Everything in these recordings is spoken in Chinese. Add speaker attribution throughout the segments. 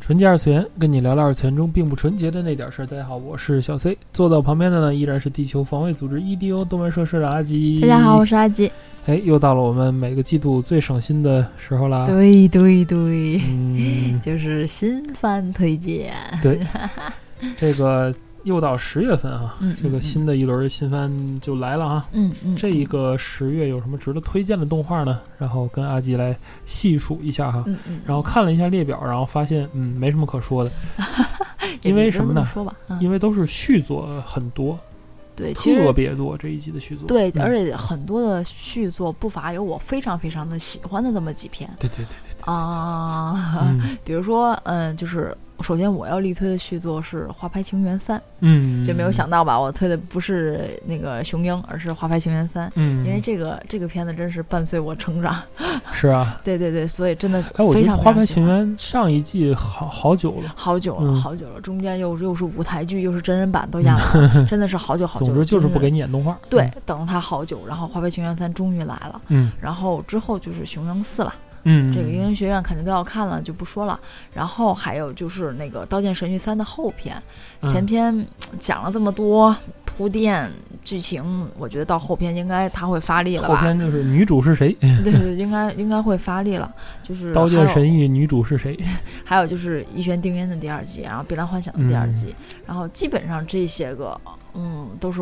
Speaker 1: 纯洁二次元，跟你聊聊二次元中并不纯洁的那点事儿。大家好，我是小 C，坐到旁边的呢依然是地球防卫组织 EDO 动漫社社长阿吉。
Speaker 2: 大家好，我是阿吉。
Speaker 1: 哎，又到了我们每个季度最省心的时候啦。
Speaker 2: 对对对，
Speaker 1: 嗯，
Speaker 2: 就是新番推荐。
Speaker 1: 对，这个又到十月份啊，
Speaker 2: 嗯
Speaker 1: 这个新的一轮新番就来了啊。
Speaker 2: 嗯嗯，
Speaker 1: 这一个十月有什么值得推荐的动画呢？然后跟阿吉来细数一下哈。
Speaker 2: 嗯嗯，
Speaker 1: 然后看了一下列表，然后发现嗯没什么可说的，
Speaker 2: 也
Speaker 1: 因为
Speaker 2: 也
Speaker 1: 什么
Speaker 2: 不能这
Speaker 1: 呢
Speaker 2: 说吧，嗯
Speaker 1: 因为都是续作很多，
Speaker 2: 对，其
Speaker 1: 特
Speaker 2: 实
Speaker 1: 别多这一季的续作。
Speaker 2: 对，
Speaker 1: 嗯
Speaker 2: 而且很多的续作不乏有我非常非常的喜欢的这么几篇
Speaker 1: 对对对对对
Speaker 2: 啊。
Speaker 1: 嗯
Speaker 2: 比如说，嗯，就是首先我要力推的续作是《花牌情缘三》，
Speaker 1: 嗯，
Speaker 2: 就没有想到吧，我推的不是那个雄鹰，而是《花牌情缘三》。
Speaker 1: 嗯，
Speaker 2: 因为这个这个片子真是伴随我成长，
Speaker 1: 是啊，
Speaker 2: 对对对，所以真的
Speaker 1: 哎，我觉
Speaker 2: 非
Speaker 1: 得
Speaker 2: 常
Speaker 1: 《花
Speaker 2: 非常
Speaker 1: 牌
Speaker 2: 喜
Speaker 1: 情
Speaker 2: 欢
Speaker 1: 缘》上一季好好久了，
Speaker 2: 好久了，
Speaker 1: 嗯
Speaker 2: 好久了，中间又是又是舞台剧，又是真人版，都压 了，真的是好久好久。
Speaker 1: 总之就是不给你嗯演动画。
Speaker 2: 对，等了他好久，然后《花牌情缘三》终于来了，
Speaker 1: 嗯，
Speaker 2: 然后之后就是《雄鹰四》了，
Speaker 1: 嗯嗯，
Speaker 2: 这个英雄学院肯定都要看了，就不说了。然后还有就是那个《刀剑神域三》的后篇，
Speaker 1: 嗯
Speaker 2: 前篇呃讲了这么多铺垫剧情，我觉得到后篇应该他会发力了
Speaker 1: 后
Speaker 2: 吧？
Speaker 1: 篇就是女主是谁，《
Speaker 2: 对对，对应该应该会发力了。就是
Speaker 1: 刀剑
Speaker 2: 还有
Speaker 1: 神域》女主是谁？
Speaker 2: 还有就是《一拳定音》的第二季，然后《碧蓝幻想》的第二季，
Speaker 1: 嗯
Speaker 2: 然后基本上这些个，嗯，都是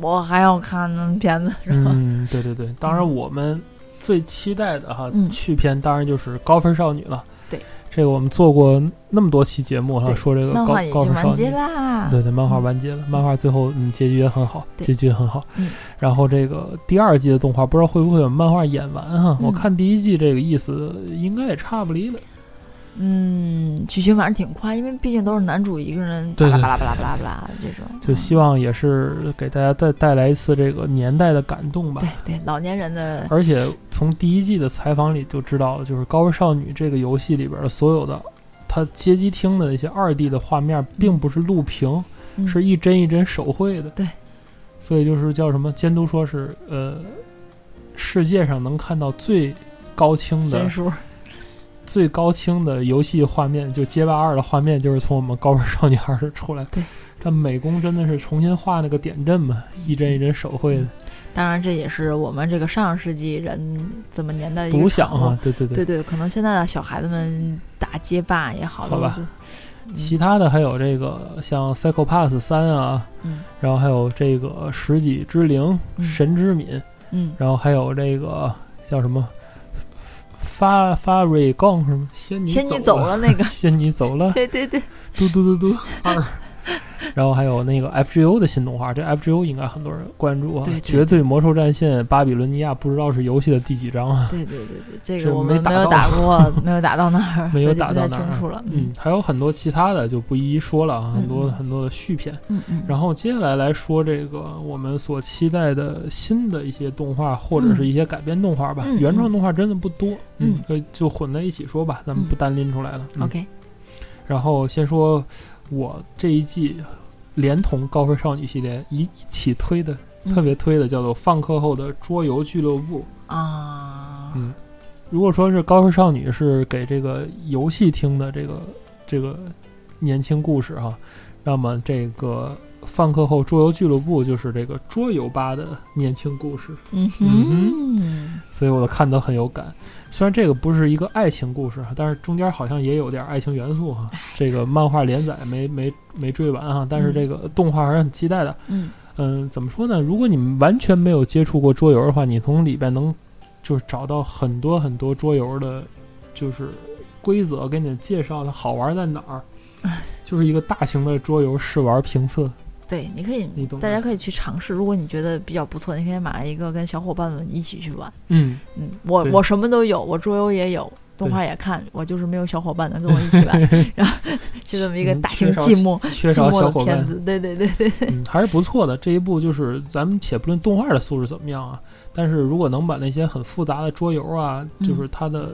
Speaker 2: 我还要看的片子，是吧？
Speaker 1: 嗯，对对对，当然我们最期待的哈
Speaker 2: 嗯
Speaker 1: 续篇，当然就是《高分少女》了。
Speaker 2: 对，
Speaker 1: 这个我们做过那么多期节目哈，
Speaker 2: 对
Speaker 1: 说这个
Speaker 2: 漫
Speaker 1: 高
Speaker 2: 画已
Speaker 1: 高
Speaker 2: 经
Speaker 1: 分少
Speaker 2: 完结
Speaker 1: 女。
Speaker 2: 啦，
Speaker 1: 对对，漫画完结了，漫画最后嗯结局也很好，
Speaker 2: 对
Speaker 1: 结局也很好。
Speaker 2: 嗯
Speaker 1: 然后这个第二季的动画不知道会不会有漫画演完哈、
Speaker 2: 嗯
Speaker 1: 我看第一季这个意思应该也差不离了。
Speaker 2: 嗯，剧情反正挺快，因为毕竟都是男主一个人巴
Speaker 1: 对
Speaker 2: 拉
Speaker 1: 对
Speaker 2: 巴拉巴拉巴拉巴拉这种，
Speaker 1: 就希望也是给大家带带来一次这个年代的感动吧
Speaker 2: 嗯、。对对老年人的
Speaker 1: 而且从第一季的采访里就知道，就是《高分少女》这个游戏里边的所有的，它街机厅的那些二 D 的画面，并不是录屏，
Speaker 2: 嗯
Speaker 1: 是一帧一帧手绘的。
Speaker 2: 对，
Speaker 1: 所以就是叫什么监督说是呃，世界上能看到最高清的
Speaker 2: 真叔，
Speaker 1: 最高清的游戏画面，就《街霸二》的画面，就是从我们《高分少女二》这出来的。
Speaker 2: 对，
Speaker 1: 但美工真的是重新画那个点阵嘛，一帧一帧手绘的，
Speaker 2: 当然这也是我们这个上世纪人这么年代嗯的一个
Speaker 1: 独享
Speaker 2: 产物
Speaker 1: 啊，对对对。
Speaker 2: 对对，可能现在的小孩子们打街霸也好，
Speaker 1: 好
Speaker 2: 都
Speaker 1: 吧
Speaker 2: 是，嗯
Speaker 1: 其他的还有这个像《Psycho Pass 三》啊，
Speaker 2: 嗯
Speaker 1: 然后还有这个《十几之灵》
Speaker 2: 嗯
Speaker 1: 神之敏》，
Speaker 2: 嗯，
Speaker 1: 然后还有这个叫什么发发瑞杠什么仙女
Speaker 2: 先 你
Speaker 1: 走，
Speaker 2: 走了那个
Speaker 1: 仙女走了，
Speaker 2: 对对对，
Speaker 1: 嘟嘟嘟嘟二， 然后还有那个 FGO 的新动画，这 FGO 应该很多人关注啊，
Speaker 2: 对对
Speaker 1: 绝对魔兽战线巴比伦尼亚不知道是游戏的第几章啊，
Speaker 2: 对对对对，这
Speaker 1: 这
Speaker 2: 个我
Speaker 1: 没
Speaker 2: 们
Speaker 1: 打
Speaker 2: 没有
Speaker 1: 到
Speaker 2: 打过， 没有打到那儿，
Speaker 1: 没
Speaker 2: 所
Speaker 1: 有
Speaker 2: 以就
Speaker 1: 打
Speaker 2: 不
Speaker 1: 到
Speaker 2: 太
Speaker 1: 哪儿
Speaker 2: 清
Speaker 1: 啊
Speaker 2: 楚了。
Speaker 1: 嗯，还有很多其他的就不一一说了啊，很多
Speaker 2: 嗯嗯
Speaker 1: 很多的续篇。
Speaker 2: 嗯嗯，
Speaker 1: 然后接下来来说这个我们所期待的新的一些动画或者是一些改编动画吧，
Speaker 2: 嗯
Speaker 1: 原创动画真的不多，
Speaker 2: 嗯，
Speaker 1: 所以就混在一起说吧，咱们不单拎出来了。嗯
Speaker 2: OK，
Speaker 1: 然后先说我这一季连同高分少女系列一一起推的，
Speaker 2: 嗯
Speaker 1: 特别推的叫做放课后的桌游俱乐部。
Speaker 2: 啊
Speaker 1: 嗯，如果说是高分少女是给这个游戏听的这个这个年轻故事哈、那么这个放课后桌游俱乐部就是这个桌游吧的年轻故事，
Speaker 2: 嗯
Speaker 1: 嗯
Speaker 2: 哼，
Speaker 1: 所以我看得很有感。虽然这个不是一个爱情故事哈，但是中间好像也有点爱情元素哈。这个漫画连载没没没追完哈，但是这个动画还是很期待的。
Speaker 2: 嗯
Speaker 1: 嗯，怎么说呢？如果你们完全没有接触过桌游的话，你从里边能就是找到很多很多桌游的，就是规则给你介绍的好玩在哪 儿，就是一个大型的桌游试玩评测。
Speaker 2: 对，你可以
Speaker 1: 你懂，
Speaker 2: 大家可以去尝试，如果你觉得比较不错，你可以买一个跟小伙伴们一起去玩。
Speaker 1: 嗯，
Speaker 2: 嗯，我
Speaker 1: 对
Speaker 2: 我什么都有，我桌游也有，动画也看，我就是没有小伙伴能跟我一 起玩，然后 就这么一个大型寂寞
Speaker 1: 嗯缺
Speaker 2: 寂
Speaker 1: 少
Speaker 2: 寞
Speaker 1: 小
Speaker 2: 的
Speaker 1: 伙
Speaker 2: 片
Speaker 1: 伴，
Speaker 2: 子，对对对对，
Speaker 1: 嗯，还是不错的。这一部就是咱们且不论动画的素质怎么样啊，但是如果能把那些很复杂的桌游啊，
Speaker 2: 嗯
Speaker 1: 就是它的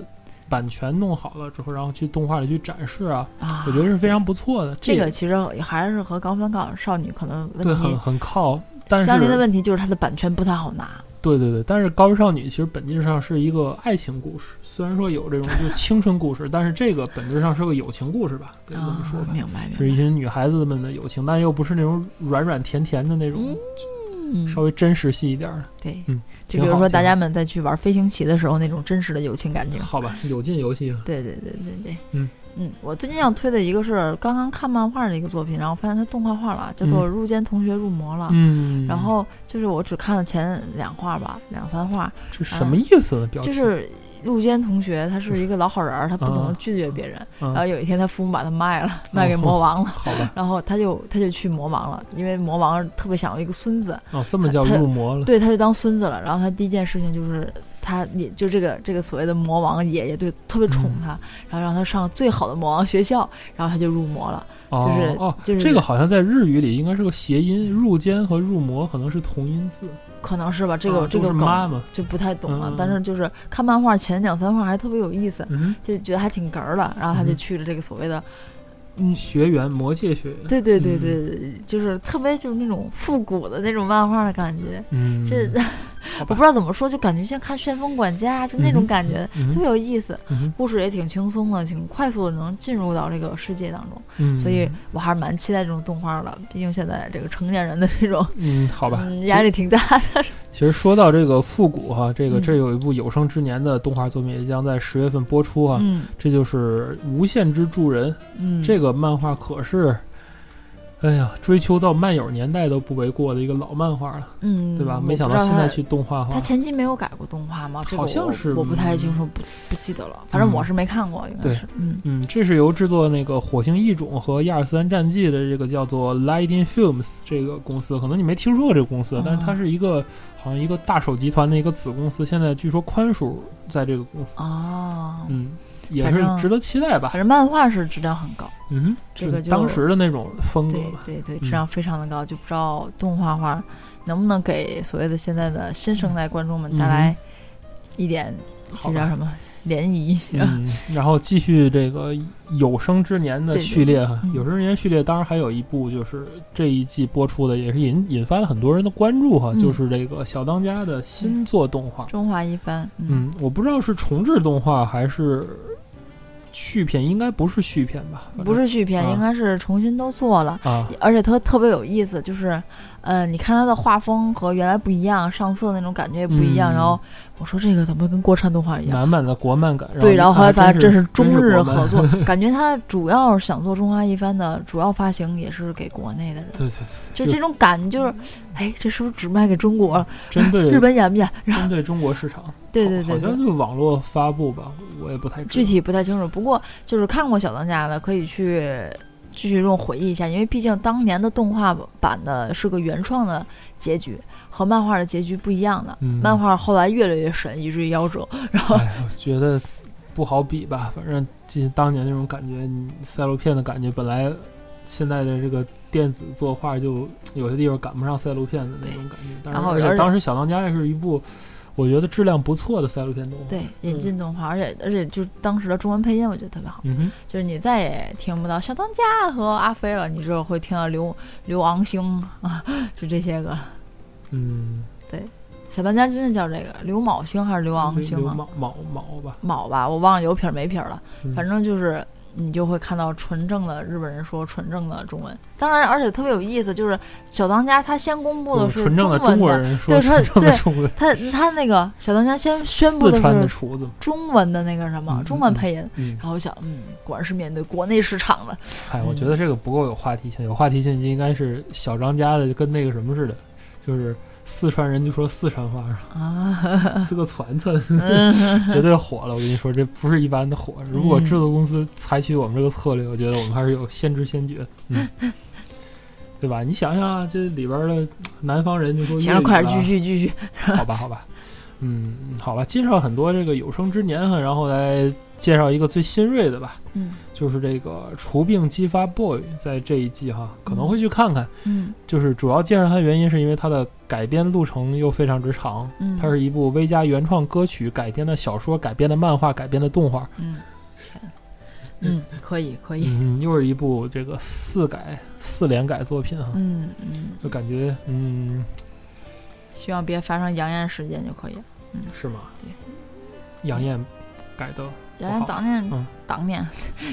Speaker 1: 版权弄好了之后，然后去动画里去展示啊，
Speaker 2: 啊，
Speaker 1: 我觉得是非常不错的。
Speaker 2: 这
Speaker 1: 个
Speaker 2: 个其实也还是和《高分港少女》可能
Speaker 1: 对
Speaker 2: 问
Speaker 1: 很
Speaker 2: 题
Speaker 1: 很靠，但是
Speaker 2: 相邻的问题就是它的版权不太好拿，
Speaker 1: 对对对，但是《高知少女》其实本质上是一个爱情故事，虽然说有这种就青春故事，但是这个本质上是个友情故事吧，对，这
Speaker 2: 啊
Speaker 1: 么说吧，
Speaker 2: 明白
Speaker 1: 是一
Speaker 2: 明白，
Speaker 1: 群女孩子们的友情，但又不是那种软软甜甜的那种，
Speaker 2: 嗯，
Speaker 1: 稍微真实系一点的。
Speaker 2: 对，
Speaker 1: 嗯，
Speaker 2: 就
Speaker 1: 挺
Speaker 2: 比如
Speaker 1: 好
Speaker 2: 说
Speaker 1: 挺
Speaker 2: 大
Speaker 1: 好
Speaker 2: 家们在去玩飞行棋的时候那种真实的友情感情。
Speaker 1: 好吧，有啊进游戏
Speaker 2: 对对对对对，
Speaker 1: 嗯
Speaker 2: 我最近要推的一个是刚刚看漫画的一个作品，然后发现它动画化了，叫做《
Speaker 1: 嗯
Speaker 2: 入间同学入魔》了。
Speaker 1: 嗯，
Speaker 2: 啊然后就是我只看了前两话吧，两三话，
Speaker 1: 这什么意思呢？标题
Speaker 2: 啊就是入间同学他是一个老好人儿，他不懂得
Speaker 1: 啊
Speaker 2: 拒绝别人，然
Speaker 1: 嗯，
Speaker 2: 后
Speaker 1: 哦
Speaker 2: 有一天他父母把他卖了，卖给魔王了。
Speaker 1: 好 吧，
Speaker 2: 然后他就他就去魔王了，因为魔王特别想要一个孙子，
Speaker 1: 哦，这么叫
Speaker 2: 他
Speaker 1: 入魔了，
Speaker 2: 对，他就当孙子了。然后他第一件事情就是，他也就这个这个所谓的魔王爷爷对特别宠
Speaker 1: 嗯
Speaker 2: 他，然后让他上最好的魔王学校，然后他就入魔了。
Speaker 1: 哦哦。
Speaker 2: 就是
Speaker 1: 这个好像在日语里应该是个谐音，入间和入魔可能是同音字。
Speaker 2: 可能是吧，这个、
Speaker 1: 啊
Speaker 2: 这
Speaker 1: 都
Speaker 2: 个
Speaker 1: 是
Speaker 2: 梗
Speaker 1: 妈妈，
Speaker 2: 就不太懂了。
Speaker 1: 嗯
Speaker 2: 但是就是看漫画前两三话还特别有意思，
Speaker 1: 嗯，
Speaker 2: 就觉得还挺哏儿的。然后他就
Speaker 1: 嗯
Speaker 2: 去了这个所谓的，
Speaker 1: 学员魔界学员，
Speaker 2: 嗯对对对对，
Speaker 1: 嗯
Speaker 2: 对就是特别就是那种复古的那种漫画的感觉。
Speaker 1: 嗯，
Speaker 2: 这
Speaker 1: 好
Speaker 2: 我不
Speaker 1: 吧
Speaker 2: 知，道怎么说，就感觉像看《旋风管家》就那种
Speaker 1: 嗯
Speaker 2: 感觉，
Speaker 1: 嗯
Speaker 2: 特别有意思。
Speaker 1: 嗯
Speaker 2: 故事也挺轻松的，挺快速的能进入到这个世界当中，
Speaker 1: 嗯，
Speaker 2: 所以我还是蛮期待这种动画的。毕竟现在这个成年人的这种，
Speaker 1: 嗯，好吧，
Speaker 2: 嗯
Speaker 1: 其
Speaker 2: 压
Speaker 1: 实
Speaker 2: 力挺大的。
Speaker 1: 其实说到这个复古哈，这个
Speaker 2: 嗯
Speaker 1: 这有一部有生之年的动画作品也将在十月份播出啊，
Speaker 2: 嗯
Speaker 1: 这就是《无限之助人》
Speaker 2: 嗯，
Speaker 1: 这个漫画，可是。哎呀，追求到漫友年代都不为过的一个老漫画了，
Speaker 2: 嗯，
Speaker 1: 对吧？
Speaker 2: 我
Speaker 1: 没想
Speaker 2: 不
Speaker 1: 到
Speaker 2: 知
Speaker 1: 现
Speaker 2: 道
Speaker 1: 在
Speaker 2: 他
Speaker 1: 去动画化
Speaker 2: 他，前期没有改过动画吗？这个
Speaker 1: 好像
Speaker 2: 我
Speaker 1: 是
Speaker 2: 我不太清
Speaker 1: 嗯
Speaker 2: 楚，不不记得了。反正我是没看过，应该
Speaker 1: 对
Speaker 2: 是嗯
Speaker 1: 嗯，这是由制作那个《火星异种》和《亚尔斯兰战记》的这个叫做 Lightning Films 这个公司，可能你没听说过这个公司
Speaker 2: 哦，
Speaker 1: 但是它是一个好像一个大手集团的一个子公司，现在据说宽叔在这个公司，
Speaker 2: 哦，
Speaker 1: 嗯，也
Speaker 2: 反
Speaker 1: 是
Speaker 2: 正
Speaker 1: 值得期待吧
Speaker 2: 反。正漫画是质量很高，
Speaker 1: 嗯，
Speaker 2: 这个
Speaker 1: 是
Speaker 2: 就
Speaker 1: 当时的那种风格
Speaker 2: 对
Speaker 1: 吧。
Speaker 2: 对对，
Speaker 1: 嗯
Speaker 2: 质量非常的高，就不知道动画化能不能给所谓的现在的新生代观众们带
Speaker 1: 嗯
Speaker 2: 来一点
Speaker 1: 好
Speaker 2: 这叫
Speaker 1: 吧，
Speaker 2: 什么涟漪？
Speaker 1: 嗯，然后继续这个有生之年的
Speaker 2: 对对
Speaker 1: 序列哈
Speaker 2: 嗯，
Speaker 1: 有生之年序列当然还有一部就是这一季播出的，也是引引发了很多人的关注哈，
Speaker 2: 嗯
Speaker 1: 就是这个小当家的新作动画。
Speaker 2: 中华一番，嗯
Speaker 1: 嗯，我不知道是重制动画还是续片，应该不是续片吧？反正
Speaker 2: 不是续篇，
Speaker 1: 啊
Speaker 2: 应该是重新都做了。
Speaker 1: 啊，
Speaker 2: 而且它特别有意思，就是，呃，你看它的画风和原来不一样，上色那种感觉也不一样。
Speaker 1: 嗯
Speaker 2: 然后我说这个怎么跟国产动画一样？
Speaker 1: 满满的国漫感。
Speaker 2: 对，然后后来发
Speaker 1: 咱
Speaker 2: 现这是中日
Speaker 1: 国漫
Speaker 2: 合。作， 感觉它主要想做中华一番的主要发行也是给国内的人，
Speaker 1: 对对对，
Speaker 2: 就是这种感觉就是，哎，这是不是只卖给中国了？
Speaker 1: 针嗯对
Speaker 2: 日本演不演？然后
Speaker 1: 针对中国市场，
Speaker 2: 对对对
Speaker 1: 好
Speaker 2: 对
Speaker 1: 像。就网络发布吧，我也不太知道
Speaker 2: 具体不太清楚，不过就是看过《小当家》的可以去继续用回忆一下，因为毕竟当年的动画版的是个原创的结局，和漫画的结局不一样的。
Speaker 1: 嗯
Speaker 2: 漫画后来越来越神，以至于夭折。然后
Speaker 1: 哎，我觉得不好比吧，反正就是当年那种感觉，你赛璐片的感觉，本来现在的这个电子作画就有些地方赶不上赛璐片的那种感觉。但是
Speaker 2: 然后
Speaker 1: 而
Speaker 2: 而
Speaker 1: 且
Speaker 2: 且
Speaker 1: 当时《小当家》也是一部我觉得质量不错的赛璐片动画。
Speaker 2: 对引进动画，而且而且就是当时的中文配音，我觉得特别好，
Speaker 1: 嗯哼，
Speaker 2: 就是你再也听不到小当家和阿飞了，你只有会听到刘刘昂星啊，就这些个。
Speaker 1: 嗯，
Speaker 2: 小当家真的叫这个刘卯星还是刘昂星
Speaker 1: 刘
Speaker 2: 啊？
Speaker 1: 毛毛毛吧，
Speaker 2: 卯吧，我忘了有撇儿没撇儿了。
Speaker 1: 嗯
Speaker 2: 反正就是你就会看到纯正的日本人说纯正的中文。当然，而且特别有意思，就是小当家他先公布的是
Speaker 1: 哦纯正的中
Speaker 2: 文
Speaker 1: 国
Speaker 2: 的
Speaker 1: 人说
Speaker 2: 对他
Speaker 1: 纯正的中文，
Speaker 2: 他他那个小当家先宣布
Speaker 1: 四
Speaker 2: 的
Speaker 1: 川的
Speaker 2: 是
Speaker 1: 厨子嘛。
Speaker 2: 中文的那个什么
Speaker 1: 嗯
Speaker 2: 中文配音，
Speaker 1: 嗯，
Speaker 2: 然后我想，嗯，果然是面对国内市场的，
Speaker 1: 哎，我觉得这个不够有话题性，有话题性就应该是小张家的，就跟那个什么似的，就是四川人就说四川话，
Speaker 2: 啊，
Speaker 1: 是个传承，
Speaker 2: 嗯
Speaker 1: 绝对火了。我跟你说，这不是一般的火。如果制作公司采取我们这个策略，我觉得我们还是有先知先觉， 嗯，对吧？你想想啊，这里边的南方人就说
Speaker 2: 行
Speaker 1: 粤
Speaker 2: 了，
Speaker 1: 语
Speaker 2: 快
Speaker 1: 了
Speaker 2: 点继续继续，
Speaker 1: 好吧，好吧。嗯，好吧，介绍很多这个有生之年哈，然后来介绍一个最新锐的吧，
Speaker 2: 嗯
Speaker 1: 就是这个除病激发 boy 在这一季哈，可能会去看看。
Speaker 2: 嗯
Speaker 1: 就是主要介绍它的原因是因为它的改编路程又非常之长，
Speaker 2: 嗯，
Speaker 1: 它是一部微加原创歌曲改编的小说、改编的漫画、改编的动画，
Speaker 2: 嗯嗯，可以可以，
Speaker 1: 嗯，又是一部这个四改四连改作品哈，
Speaker 2: 嗯嗯，
Speaker 1: 就感觉嗯
Speaker 2: 希望别发生扬言事件就可以了。
Speaker 1: 是吗？
Speaker 2: 对，
Speaker 1: 杨艳改的
Speaker 2: 杨艳当年，
Speaker 1: 嗯
Speaker 2: 当 年，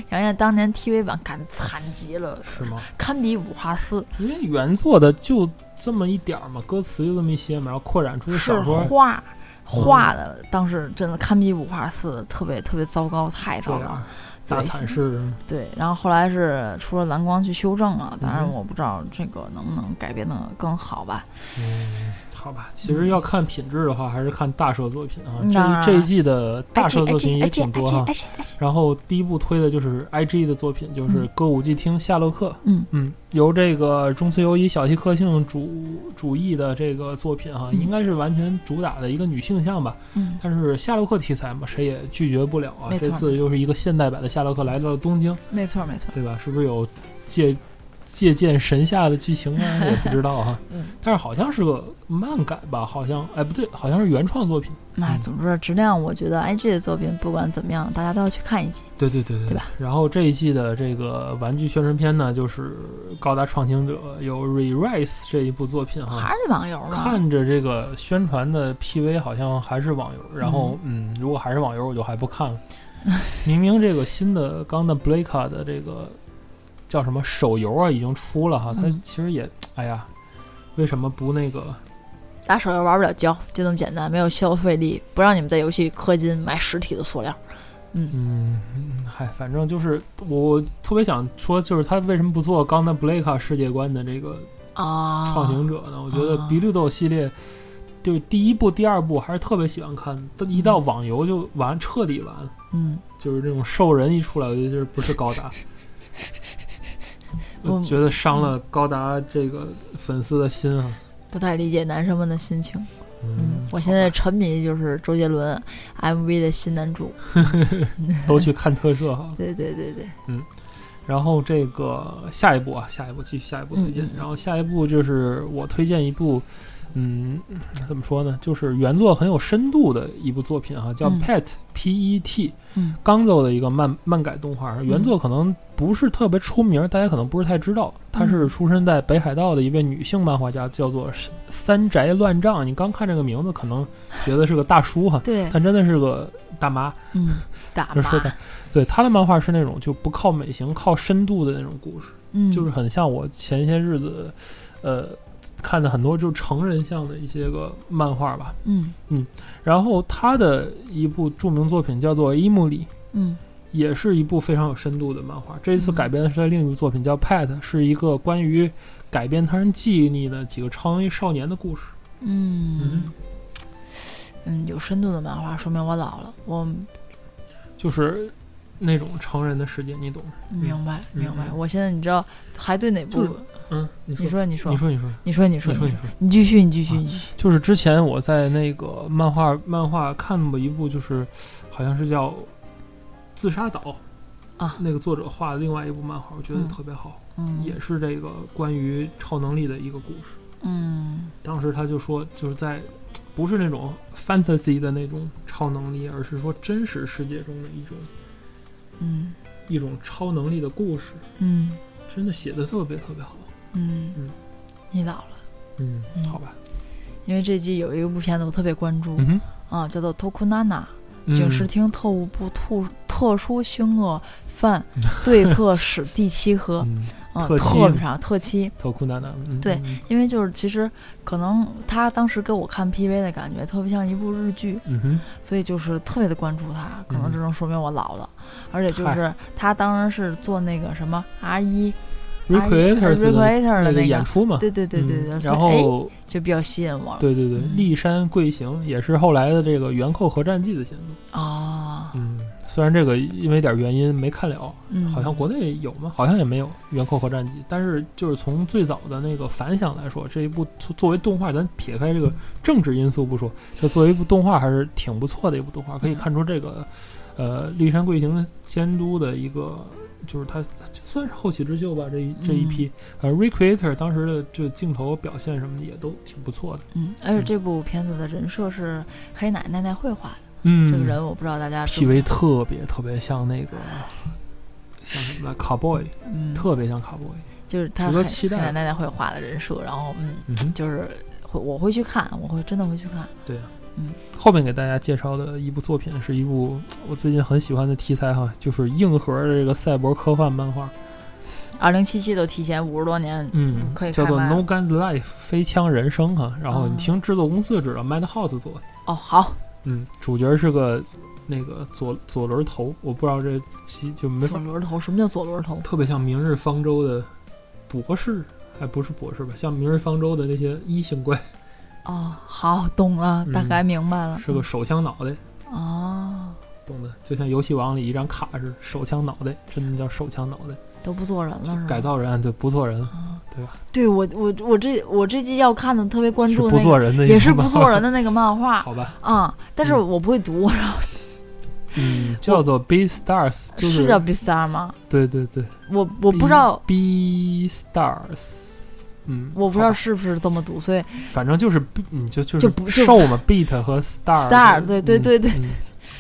Speaker 2: 杨艳当年 TV 版感惨极了，
Speaker 1: 是 吗？
Speaker 2: 堪比五花丝，
Speaker 1: 因为原作的就这么一点儿嘛，歌词就这么一些嘛，然后扩展出的
Speaker 2: 是
Speaker 1: 小说，
Speaker 2: 画画的，当时真的堪比五花丝，特别特别糟糕，太糟
Speaker 1: 对
Speaker 2: 糕了
Speaker 1: 啊。，大惨事，
Speaker 2: 对，然后后来是出了蓝光去修正了，当然
Speaker 1: 嗯哼
Speaker 2: 我不知道这个能不能改编的更好吧。
Speaker 1: 嗯，好吧，其实要看品质的话，还是看大社作品啊。
Speaker 2: 嗯当然哎了
Speaker 1: 这这一季的大社作品也
Speaker 2: IG
Speaker 1: 挺多哈
Speaker 2: IG。IG IG
Speaker 1: 然后第一部推的就是 IG 的作品，就是
Speaker 2: 嗯
Speaker 1: 《歌舞伎町夏洛克》。
Speaker 2: 嗯
Speaker 1: 嗯，由这个中村由一、小西克幸主主义的这个作品哈，
Speaker 2: 嗯
Speaker 1: 应该是完全主打的一个女性向吧。
Speaker 2: 嗯
Speaker 1: 但是夏洛克题材嘛，谁也拒绝不了啊。
Speaker 2: 没错
Speaker 1: 这次又是一个现代版的夏洛克来到了东京，
Speaker 2: 没错没错，
Speaker 1: 对吧？是不是有借借鉴神下的剧情呢？也不知道哈。
Speaker 2: 嗯
Speaker 1: 但是好像是个漫改吧，好像哎不对，好像是原创作品。
Speaker 2: 那
Speaker 1: 嗯
Speaker 2: 哎总之质量，我觉得 IG 的作品不管怎么样，大家都要去看一集。
Speaker 1: 对对对对
Speaker 2: 对吧？
Speaker 1: 然后这一季的这个玩具宣传片呢，就是《高达创行者》有 Re-Rise 这一部作品哈
Speaker 2: 还。是网游嘛，
Speaker 1: 嗯看着这个宣传的 PV，好像还是网游。然后，嗯，如果还是网游，我就还不看了。 明明这个新的《钢弹 b l a k a 的这个叫什么手游啊，已经出了哈，它
Speaker 2: 嗯
Speaker 1: 其实也，哎呀，为什么不那个？
Speaker 2: 打手游玩不了胶，就这么简单，没有消费力，不让你们在游戏里氪金买实体的塑料。
Speaker 1: 嗯，嗨，反正就是我特别想说，就是他为什么不做《钢弹 b l a k a 啊世界观的这个
Speaker 2: 啊，
Speaker 1: 创行者呢？我觉得
Speaker 2: 啊
Speaker 1: 《比绿豆》系列，就第一部、第二部还是特别喜欢看，但一到网游就完彻底完了，
Speaker 2: 嗯，
Speaker 1: 就是这种兽人一出来，我觉得就是不是高 达。
Speaker 2: 我嗯
Speaker 1: 我觉得伤了高达这个粉丝的心啊！
Speaker 2: 不太理解男生们的心情。
Speaker 1: 嗯，
Speaker 2: 我现在沉迷就是周杰伦 MV 的新男主。
Speaker 1: 都去看特摄哈。
Speaker 2: 对对对对，
Speaker 1: 然后这个下一步啊，下一步继续下一步推荐。
Speaker 2: 嗯嗯嗯
Speaker 1: 然后下一步就是我推荐一部，嗯，怎么说呢？就是原作很有深度的一部作品哈、叫
Speaker 2: 嗯
Speaker 1: Pet、P E T，
Speaker 2: 嗯
Speaker 1: 刚奏的一个漫漫改动画。原作可能不是特别出名，大家可能不是太知道。她
Speaker 2: 嗯
Speaker 1: 是出身在北海道的一位女性漫画家，叫做三宅乱丈。你刚看这个名字，可能觉得是个大叔哈，
Speaker 2: 对，
Speaker 1: 但真的是个大妈。
Speaker 2: 嗯， 大
Speaker 1: 就是
Speaker 2: 妈
Speaker 1: 说，的，对他的漫画是那种就不靠美型，靠深度的那种故事，
Speaker 2: 嗯，
Speaker 1: 就是很像我前些日子，呃，看的很多就成人向的一些个漫画吧。
Speaker 2: 嗯
Speaker 1: 然后他的一部著名作品叫做《伊姆里》，
Speaker 2: 嗯
Speaker 1: 也是一部非常有深度的漫画。这一次
Speaker 2: 嗯
Speaker 1: 改编的是他另一部作品叫《Pat》，是一个关于改变他人记忆的几个成为少年的故事。
Speaker 2: 嗯嗯，有深度的漫画，说明我老了，我
Speaker 1: 嗯就是那种成人的世界，你懂吗？
Speaker 2: 明白
Speaker 1: 嗯
Speaker 2: 明白。
Speaker 1: 嗯
Speaker 2: 我现在你知道还对哪部
Speaker 1: 就？嗯，你说
Speaker 2: 你，说你说
Speaker 1: 你说，你说，
Speaker 2: 你说你
Speaker 1: 你
Speaker 2: 说
Speaker 1: 说，你说。
Speaker 2: 你继续你继续
Speaker 1: 啊
Speaker 2: 你继续，
Speaker 1: 就是之前我在那个漫画漫画看过一部，就是好像是叫《自杀岛》
Speaker 2: 啊
Speaker 1: 那个作者画的另外一部漫画，我觉得特别好，
Speaker 2: 嗯
Speaker 1: 也是这个关于超能力的一个故事。
Speaker 2: 嗯
Speaker 1: 当时他就说，就是在不是那种 fantasy 的那种超能力，而是说真实世界中的一种
Speaker 2: 嗯
Speaker 1: 一种超能力的故事，
Speaker 2: 嗯
Speaker 1: 真的写的特别特别好。
Speaker 2: 嗯
Speaker 1: 嗯，
Speaker 2: 你老了，
Speaker 1: 嗯
Speaker 2: 嗯
Speaker 1: 好吧，
Speaker 2: 因为这季有一个部片子我特别关注
Speaker 1: 嗯哼，
Speaker 2: 啊，叫做《Tokunana》。
Speaker 1: 嗯
Speaker 2: 警视厅特务部特特殊凶恶犯 对策室第七科，
Speaker 1: 嗯，
Speaker 2: 啊，
Speaker 1: 特
Speaker 2: 特
Speaker 1: 七
Speaker 2: 啥特七，
Speaker 1: 头哭难难，嗯
Speaker 2: 对，因为就是其实可能他当时给我看 PV 的感觉特别像一部日剧，
Speaker 1: 嗯哼，
Speaker 2: 所以就是特别的关注他，可能
Speaker 1: 嗯
Speaker 2: 这能说明我老了，而且就
Speaker 1: 嗨
Speaker 2: 是他当时是做那个什么 R 一
Speaker 1: r e c r e a t o
Speaker 2: 啊
Speaker 1: r s 的那
Speaker 2: Recreator 的
Speaker 1: 个
Speaker 2: 那
Speaker 1: 演
Speaker 2: 个，
Speaker 1: 出嘛，
Speaker 2: 对对对对对，
Speaker 1: 嗯
Speaker 2: 所以
Speaker 1: 然
Speaker 2: 哎
Speaker 1: 后
Speaker 2: 就比较吸引我了
Speaker 1: 对对对，
Speaker 2: 嗯
Speaker 1: 立山贵行也是后来的这个《元寇核战记》的监督，
Speaker 2: 啊，
Speaker 1: 嗯，虽然这个因为点原因没看了，
Speaker 2: 嗯，
Speaker 1: 好像国内有吗？好像也没有《远寇核战记》，但是就是从最早的那个反响来说，这一部作作为动画，咱撇开这个政治因素不说，这作为一部动画还是挺不错的一部动画，
Speaker 2: 嗯
Speaker 1: 可以看出这个，呃，立山贵行监督的一个，就是他这算是后起之秀吧，这
Speaker 2: 嗯
Speaker 1: 一这一批，呃，Recreator 当时的就镜头表现什么的也都挺不错的，
Speaker 2: 嗯，而且这部片子的人设是黑奶奶奈绘画的，
Speaker 1: 嗯
Speaker 2: 这个人我啊不知道大家知不
Speaker 1: PV 特别特别像那 个。像什么来？Cowboy，
Speaker 2: 嗯，
Speaker 1: 特别像 Cowboy。
Speaker 2: 就是他
Speaker 1: 值
Speaker 2: 黑
Speaker 1: 得期待
Speaker 2: 黑奶奶奈绘画的人设，然后嗯，
Speaker 1: 嗯哼，
Speaker 2: 就是会我会去看，我会真的会去看，
Speaker 1: 后面给大家介绍的一部作品是一部我最近很喜欢的题材哈，就是硬核的这个赛博科幻漫画，
Speaker 2: 二零七七都提前五十多年，
Speaker 1: 嗯，
Speaker 2: 可以
Speaker 1: 叫做《
Speaker 2: 开麦
Speaker 1: No Gun Life》飞枪人生哈。然后你听制作公司就知道，Madhouse 做的，
Speaker 2: 哦，好，
Speaker 1: 嗯，主角是个那个左左轮头，我不知道这其就没法，
Speaker 2: 左轮头，什么叫左轮头？
Speaker 1: 特别像《明日方舟》的博士，还不是博士吧，像《明日方舟》的那些一星怪，
Speaker 2: 哦，好，懂了，大
Speaker 1: 嗯
Speaker 2: 概明白了，
Speaker 1: 是个手枪脑袋，
Speaker 2: 哦，
Speaker 1: 懂的，就像游戏王里一张卡似的，手枪脑袋，真的叫手枪脑袋，
Speaker 2: 都不做人了是吧？
Speaker 1: 改造人对不做人了。
Speaker 2: 啊
Speaker 1: 对吧？
Speaker 2: 对我我我这我这季要看的特别关
Speaker 1: 是
Speaker 2: 注
Speaker 1: 不
Speaker 2: 那个，
Speaker 1: 做人的一个
Speaker 2: 也是不
Speaker 1: 漫
Speaker 2: 做
Speaker 1: 画
Speaker 2: 人的那个漫画
Speaker 1: 好吧，
Speaker 2: 啊、但是
Speaker 1: 嗯
Speaker 2: 我不会读，
Speaker 1: 嗯，叫做 B Stars，就是
Speaker 2: 叫 B Star 吗？
Speaker 1: 对对对，
Speaker 2: 我我不知道，
Speaker 1: B Stars，嗯，
Speaker 2: 我不知道
Speaker 1: 好吧，
Speaker 2: 是不是这么读，所以
Speaker 1: 反正就是 B，你就就
Speaker 2: 就是不就
Speaker 1: 兽嘛，Beat 和 Star
Speaker 2: Star，
Speaker 1: 就是
Speaker 2: 对对对对
Speaker 1: 嗯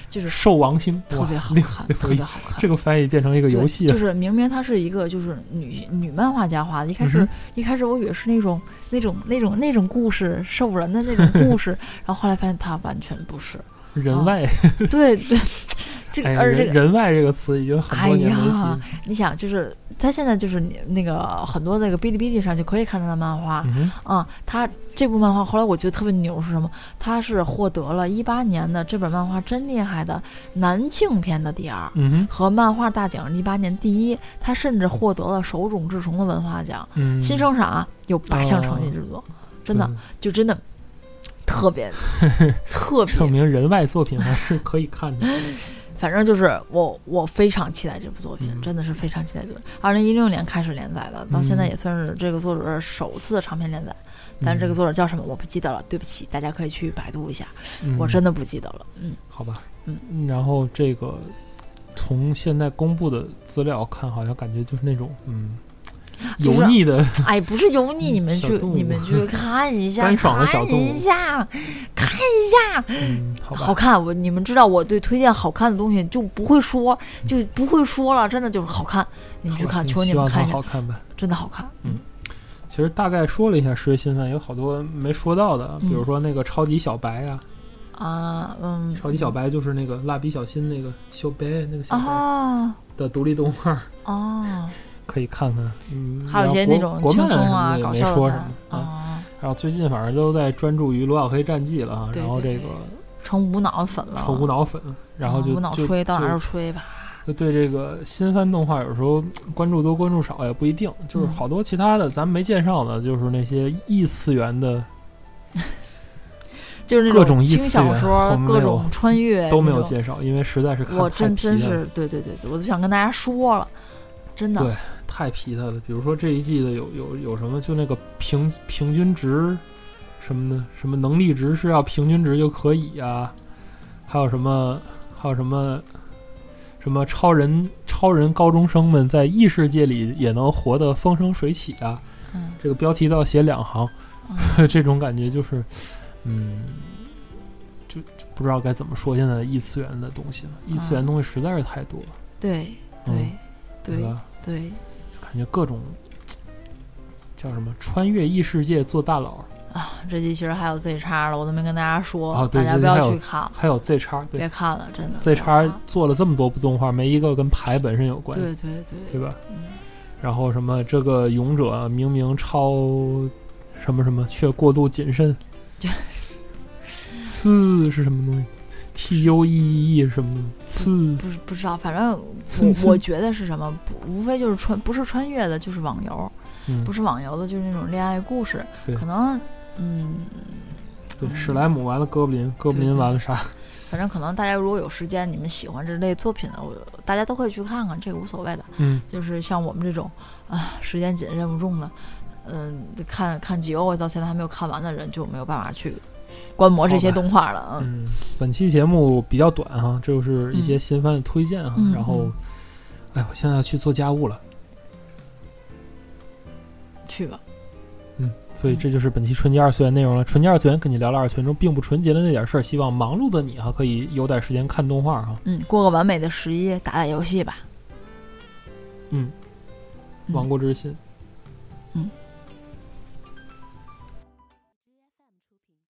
Speaker 2: 就是
Speaker 1: 嗯兽王星
Speaker 2: 特
Speaker 1: 哇
Speaker 2: 别好
Speaker 1: 另
Speaker 2: 看，
Speaker 1: 另
Speaker 2: 特
Speaker 1: 一
Speaker 2: 别好看。
Speaker 1: 这个翻译变成一个
Speaker 2: 对
Speaker 1: 游戏啊
Speaker 2: 就
Speaker 1: 了，
Speaker 2: 是明明它是一个就是女女漫画家画的，一开始、
Speaker 1: 嗯
Speaker 2: 一开始我以为是那种那种那种那种故事兽人的那种 故事，然后后来发现它完全不是。
Speaker 1: 人外，
Speaker 2: 对对，哦这个、
Speaker 1: 哎呀，
Speaker 2: 而这
Speaker 1: 人
Speaker 2: 个
Speaker 1: 人外这个词已经很多年没
Speaker 2: 哎
Speaker 1: 听
Speaker 2: 呀
Speaker 1: 了，
Speaker 2: 你想就是它现在就是你那个很多那个哔哩哔哩上就可以看到的漫画，
Speaker 1: 嗯哼，
Speaker 2: 啊，他这部漫画后来我觉得特别牛是什么？他是获得了一八年的这本漫画真厉害的男性篇的第二，
Speaker 1: 嗯哼，
Speaker 2: 和漫画大奖一八年第一。他甚至获得了手冢治虫的文化奖。
Speaker 1: 嗯，
Speaker 2: 新生赏啊有八项成绩之作，真的
Speaker 1: 嗯
Speaker 2: 就真的特 别特
Speaker 1: 证
Speaker 2: 别，
Speaker 1: 明人外作品还是可以看的，
Speaker 2: 反正就是我我非常期待这部作品，
Speaker 1: 嗯
Speaker 2: 真的是非常期待这个。二零一六年开始连载的，到现在
Speaker 1: 嗯
Speaker 2: 也算是这个作者首次长篇连载。 但是这个作者叫什么我不记得了，对不起，大家可以去百度一下，
Speaker 1: 嗯
Speaker 2: 我真的不记得了。嗯，
Speaker 1: 好吧，
Speaker 2: 嗯，
Speaker 1: 然后这个从现在公布的资料看，好像感觉就是那种嗯
Speaker 2: 啊就是
Speaker 1: 油腻 的，
Speaker 2: 哎，不是油腻，
Speaker 1: 嗯
Speaker 2: 你们
Speaker 1: 小
Speaker 2: 去
Speaker 1: 动物
Speaker 2: 你们 去看一下，
Speaker 1: 干爽的小
Speaker 2: 看
Speaker 1: 动物
Speaker 2: 一下，
Speaker 1: 嗯，好吧，
Speaker 2: 好看。我你们知道我对推荐好看的东西就不会说，就不会说了，真的就是好看。你们去
Speaker 1: 吧
Speaker 2: 看，
Speaker 1: 嗯
Speaker 2: 求你
Speaker 1: 希
Speaker 2: 们
Speaker 1: 望
Speaker 2: 看
Speaker 1: 它
Speaker 2: 一
Speaker 1: 嗯
Speaker 2: 下
Speaker 1: 好，看吧。
Speaker 2: 真的好看。
Speaker 1: 嗯其实大概说了一下《十月新番》，有好多没说到的，啊比如
Speaker 2: 嗯
Speaker 1: 说那个超级小白啊，
Speaker 2: 啊，嗯，
Speaker 1: 超级小白就是那个蜡笔小新那个小白那个小白
Speaker 2: 啊
Speaker 1: 的独立动画，
Speaker 2: 哦，
Speaker 1: 可以看看。嗯，
Speaker 2: 还有一些
Speaker 1: 然后
Speaker 2: 那
Speaker 1: 国
Speaker 2: 种
Speaker 1: 国
Speaker 2: 轻
Speaker 1: 漫
Speaker 2: 松
Speaker 1: 什
Speaker 2: 啊
Speaker 1: 么、的也
Speaker 2: 搞
Speaker 1: 没
Speaker 2: 笑
Speaker 1: 说
Speaker 2: 的
Speaker 1: 什么
Speaker 2: 啊，啊，
Speaker 1: 然后最近反正都在专注于《罗小黑战记》了啊，
Speaker 2: 对
Speaker 1: 然后
Speaker 2: 对
Speaker 1: 这个
Speaker 2: 对成无脑粉了，
Speaker 1: 臭无脑粉，然后
Speaker 2: 啊
Speaker 1: 就
Speaker 2: 无脑
Speaker 1: 就
Speaker 2: 吹，到哪
Speaker 1: 就
Speaker 2: 儿就吹吧。
Speaker 1: 就对这个新番动画有时候嗯关注多关注少也不一定，就是
Speaker 2: 嗯
Speaker 1: 好多其他的咱没介绍的，就是那些异次元的
Speaker 2: 就是那
Speaker 1: 各种异
Speaker 2: 轻
Speaker 1: 次
Speaker 2: 小
Speaker 1: 元
Speaker 2: 说
Speaker 1: 我、们
Speaker 2: 各
Speaker 1: 没有
Speaker 2: 种穿越
Speaker 1: 都没有
Speaker 2: 那种
Speaker 1: 介绍，因为实在是看
Speaker 2: 我
Speaker 1: 太
Speaker 2: 真
Speaker 1: 皮
Speaker 2: 真
Speaker 1: 了，
Speaker 2: 是对对对，我就想跟大家说了，真的
Speaker 1: 对太皮他了。比如说这一季的有有有什么，就那个平平均值什么的，什么能力值是要平均值就可以啊，还有什么还有什么什么超人超人高中生们在异世界里也能活得风生水起啊，
Speaker 2: 嗯
Speaker 1: 这个标题都要写两行， 这种感觉就是，嗯，就就不知道该怎么说现在异次元的东西了。异次元东西实在是太多了，
Speaker 2: 对
Speaker 1: 嗯
Speaker 2: 对对
Speaker 1: 吧？
Speaker 2: 对
Speaker 1: 就感觉各种叫什么穿越异世界做大佬，
Speaker 2: 啊！这集其实还有 Z 叉了，我都没跟大家
Speaker 1: 啊
Speaker 2: 说，
Speaker 1: 对
Speaker 2: 大家
Speaker 1: 对
Speaker 2: 不
Speaker 1: 还
Speaker 2: 要
Speaker 1: 有
Speaker 2: 去看了，
Speaker 1: 还有 Z 叉，对
Speaker 2: 别看了，真的。
Speaker 1: ，Z 叉
Speaker 2: 别看了
Speaker 1: 做了这么多部动画，没一个跟牌本身有关，
Speaker 2: 对对对，
Speaker 1: 对吧？
Speaker 2: 嗯
Speaker 1: 然后什么这个勇者明明超什么什么，却过度谨慎
Speaker 2: 就。
Speaker 1: 次是什么东西？T U E E E 是什么东西？次
Speaker 2: 不是不知道，反 正
Speaker 1: 村
Speaker 2: 我
Speaker 1: 村
Speaker 2: 我觉得是什么，不无非就是穿，不是穿越的，就是网游，
Speaker 1: 嗯
Speaker 2: 不，是网游的，就是那种恋爱故事
Speaker 1: 对，
Speaker 2: 可能嗯，
Speaker 1: 对，史莱姆完了，哥布林，哥布林完了啥？
Speaker 2: 反正可能大家如果有时间，你们喜欢这类作品的，我大家都可以去看看，这个无所谓的。
Speaker 1: 嗯，
Speaker 2: 就是像我们这种啊，时间紧任务重的，嗯、看看集欧到现在还没有看完的人，就没有办法去观摩这些
Speaker 1: 好吧
Speaker 2: 动画了。嗯，
Speaker 1: 嗯，本期节目比较短哈，这就是一些新番的推荐哈。
Speaker 2: 嗯
Speaker 1: 然后
Speaker 2: 嗯，
Speaker 1: 哎，我现在要去做家务了，
Speaker 2: 去吧，
Speaker 1: 嗯
Speaker 2: 嗯
Speaker 1: 所以这就是本期纯洁二次元内容了。纯洁二次元跟你聊聊二次元中并不纯洁的那点事儿，希望忙碌的你哈可以有点时间看动画哈。
Speaker 2: 嗯，过个完美的十一，打打游戏吧。
Speaker 1: 嗯，
Speaker 2: 嗯
Speaker 1: 亡国之心，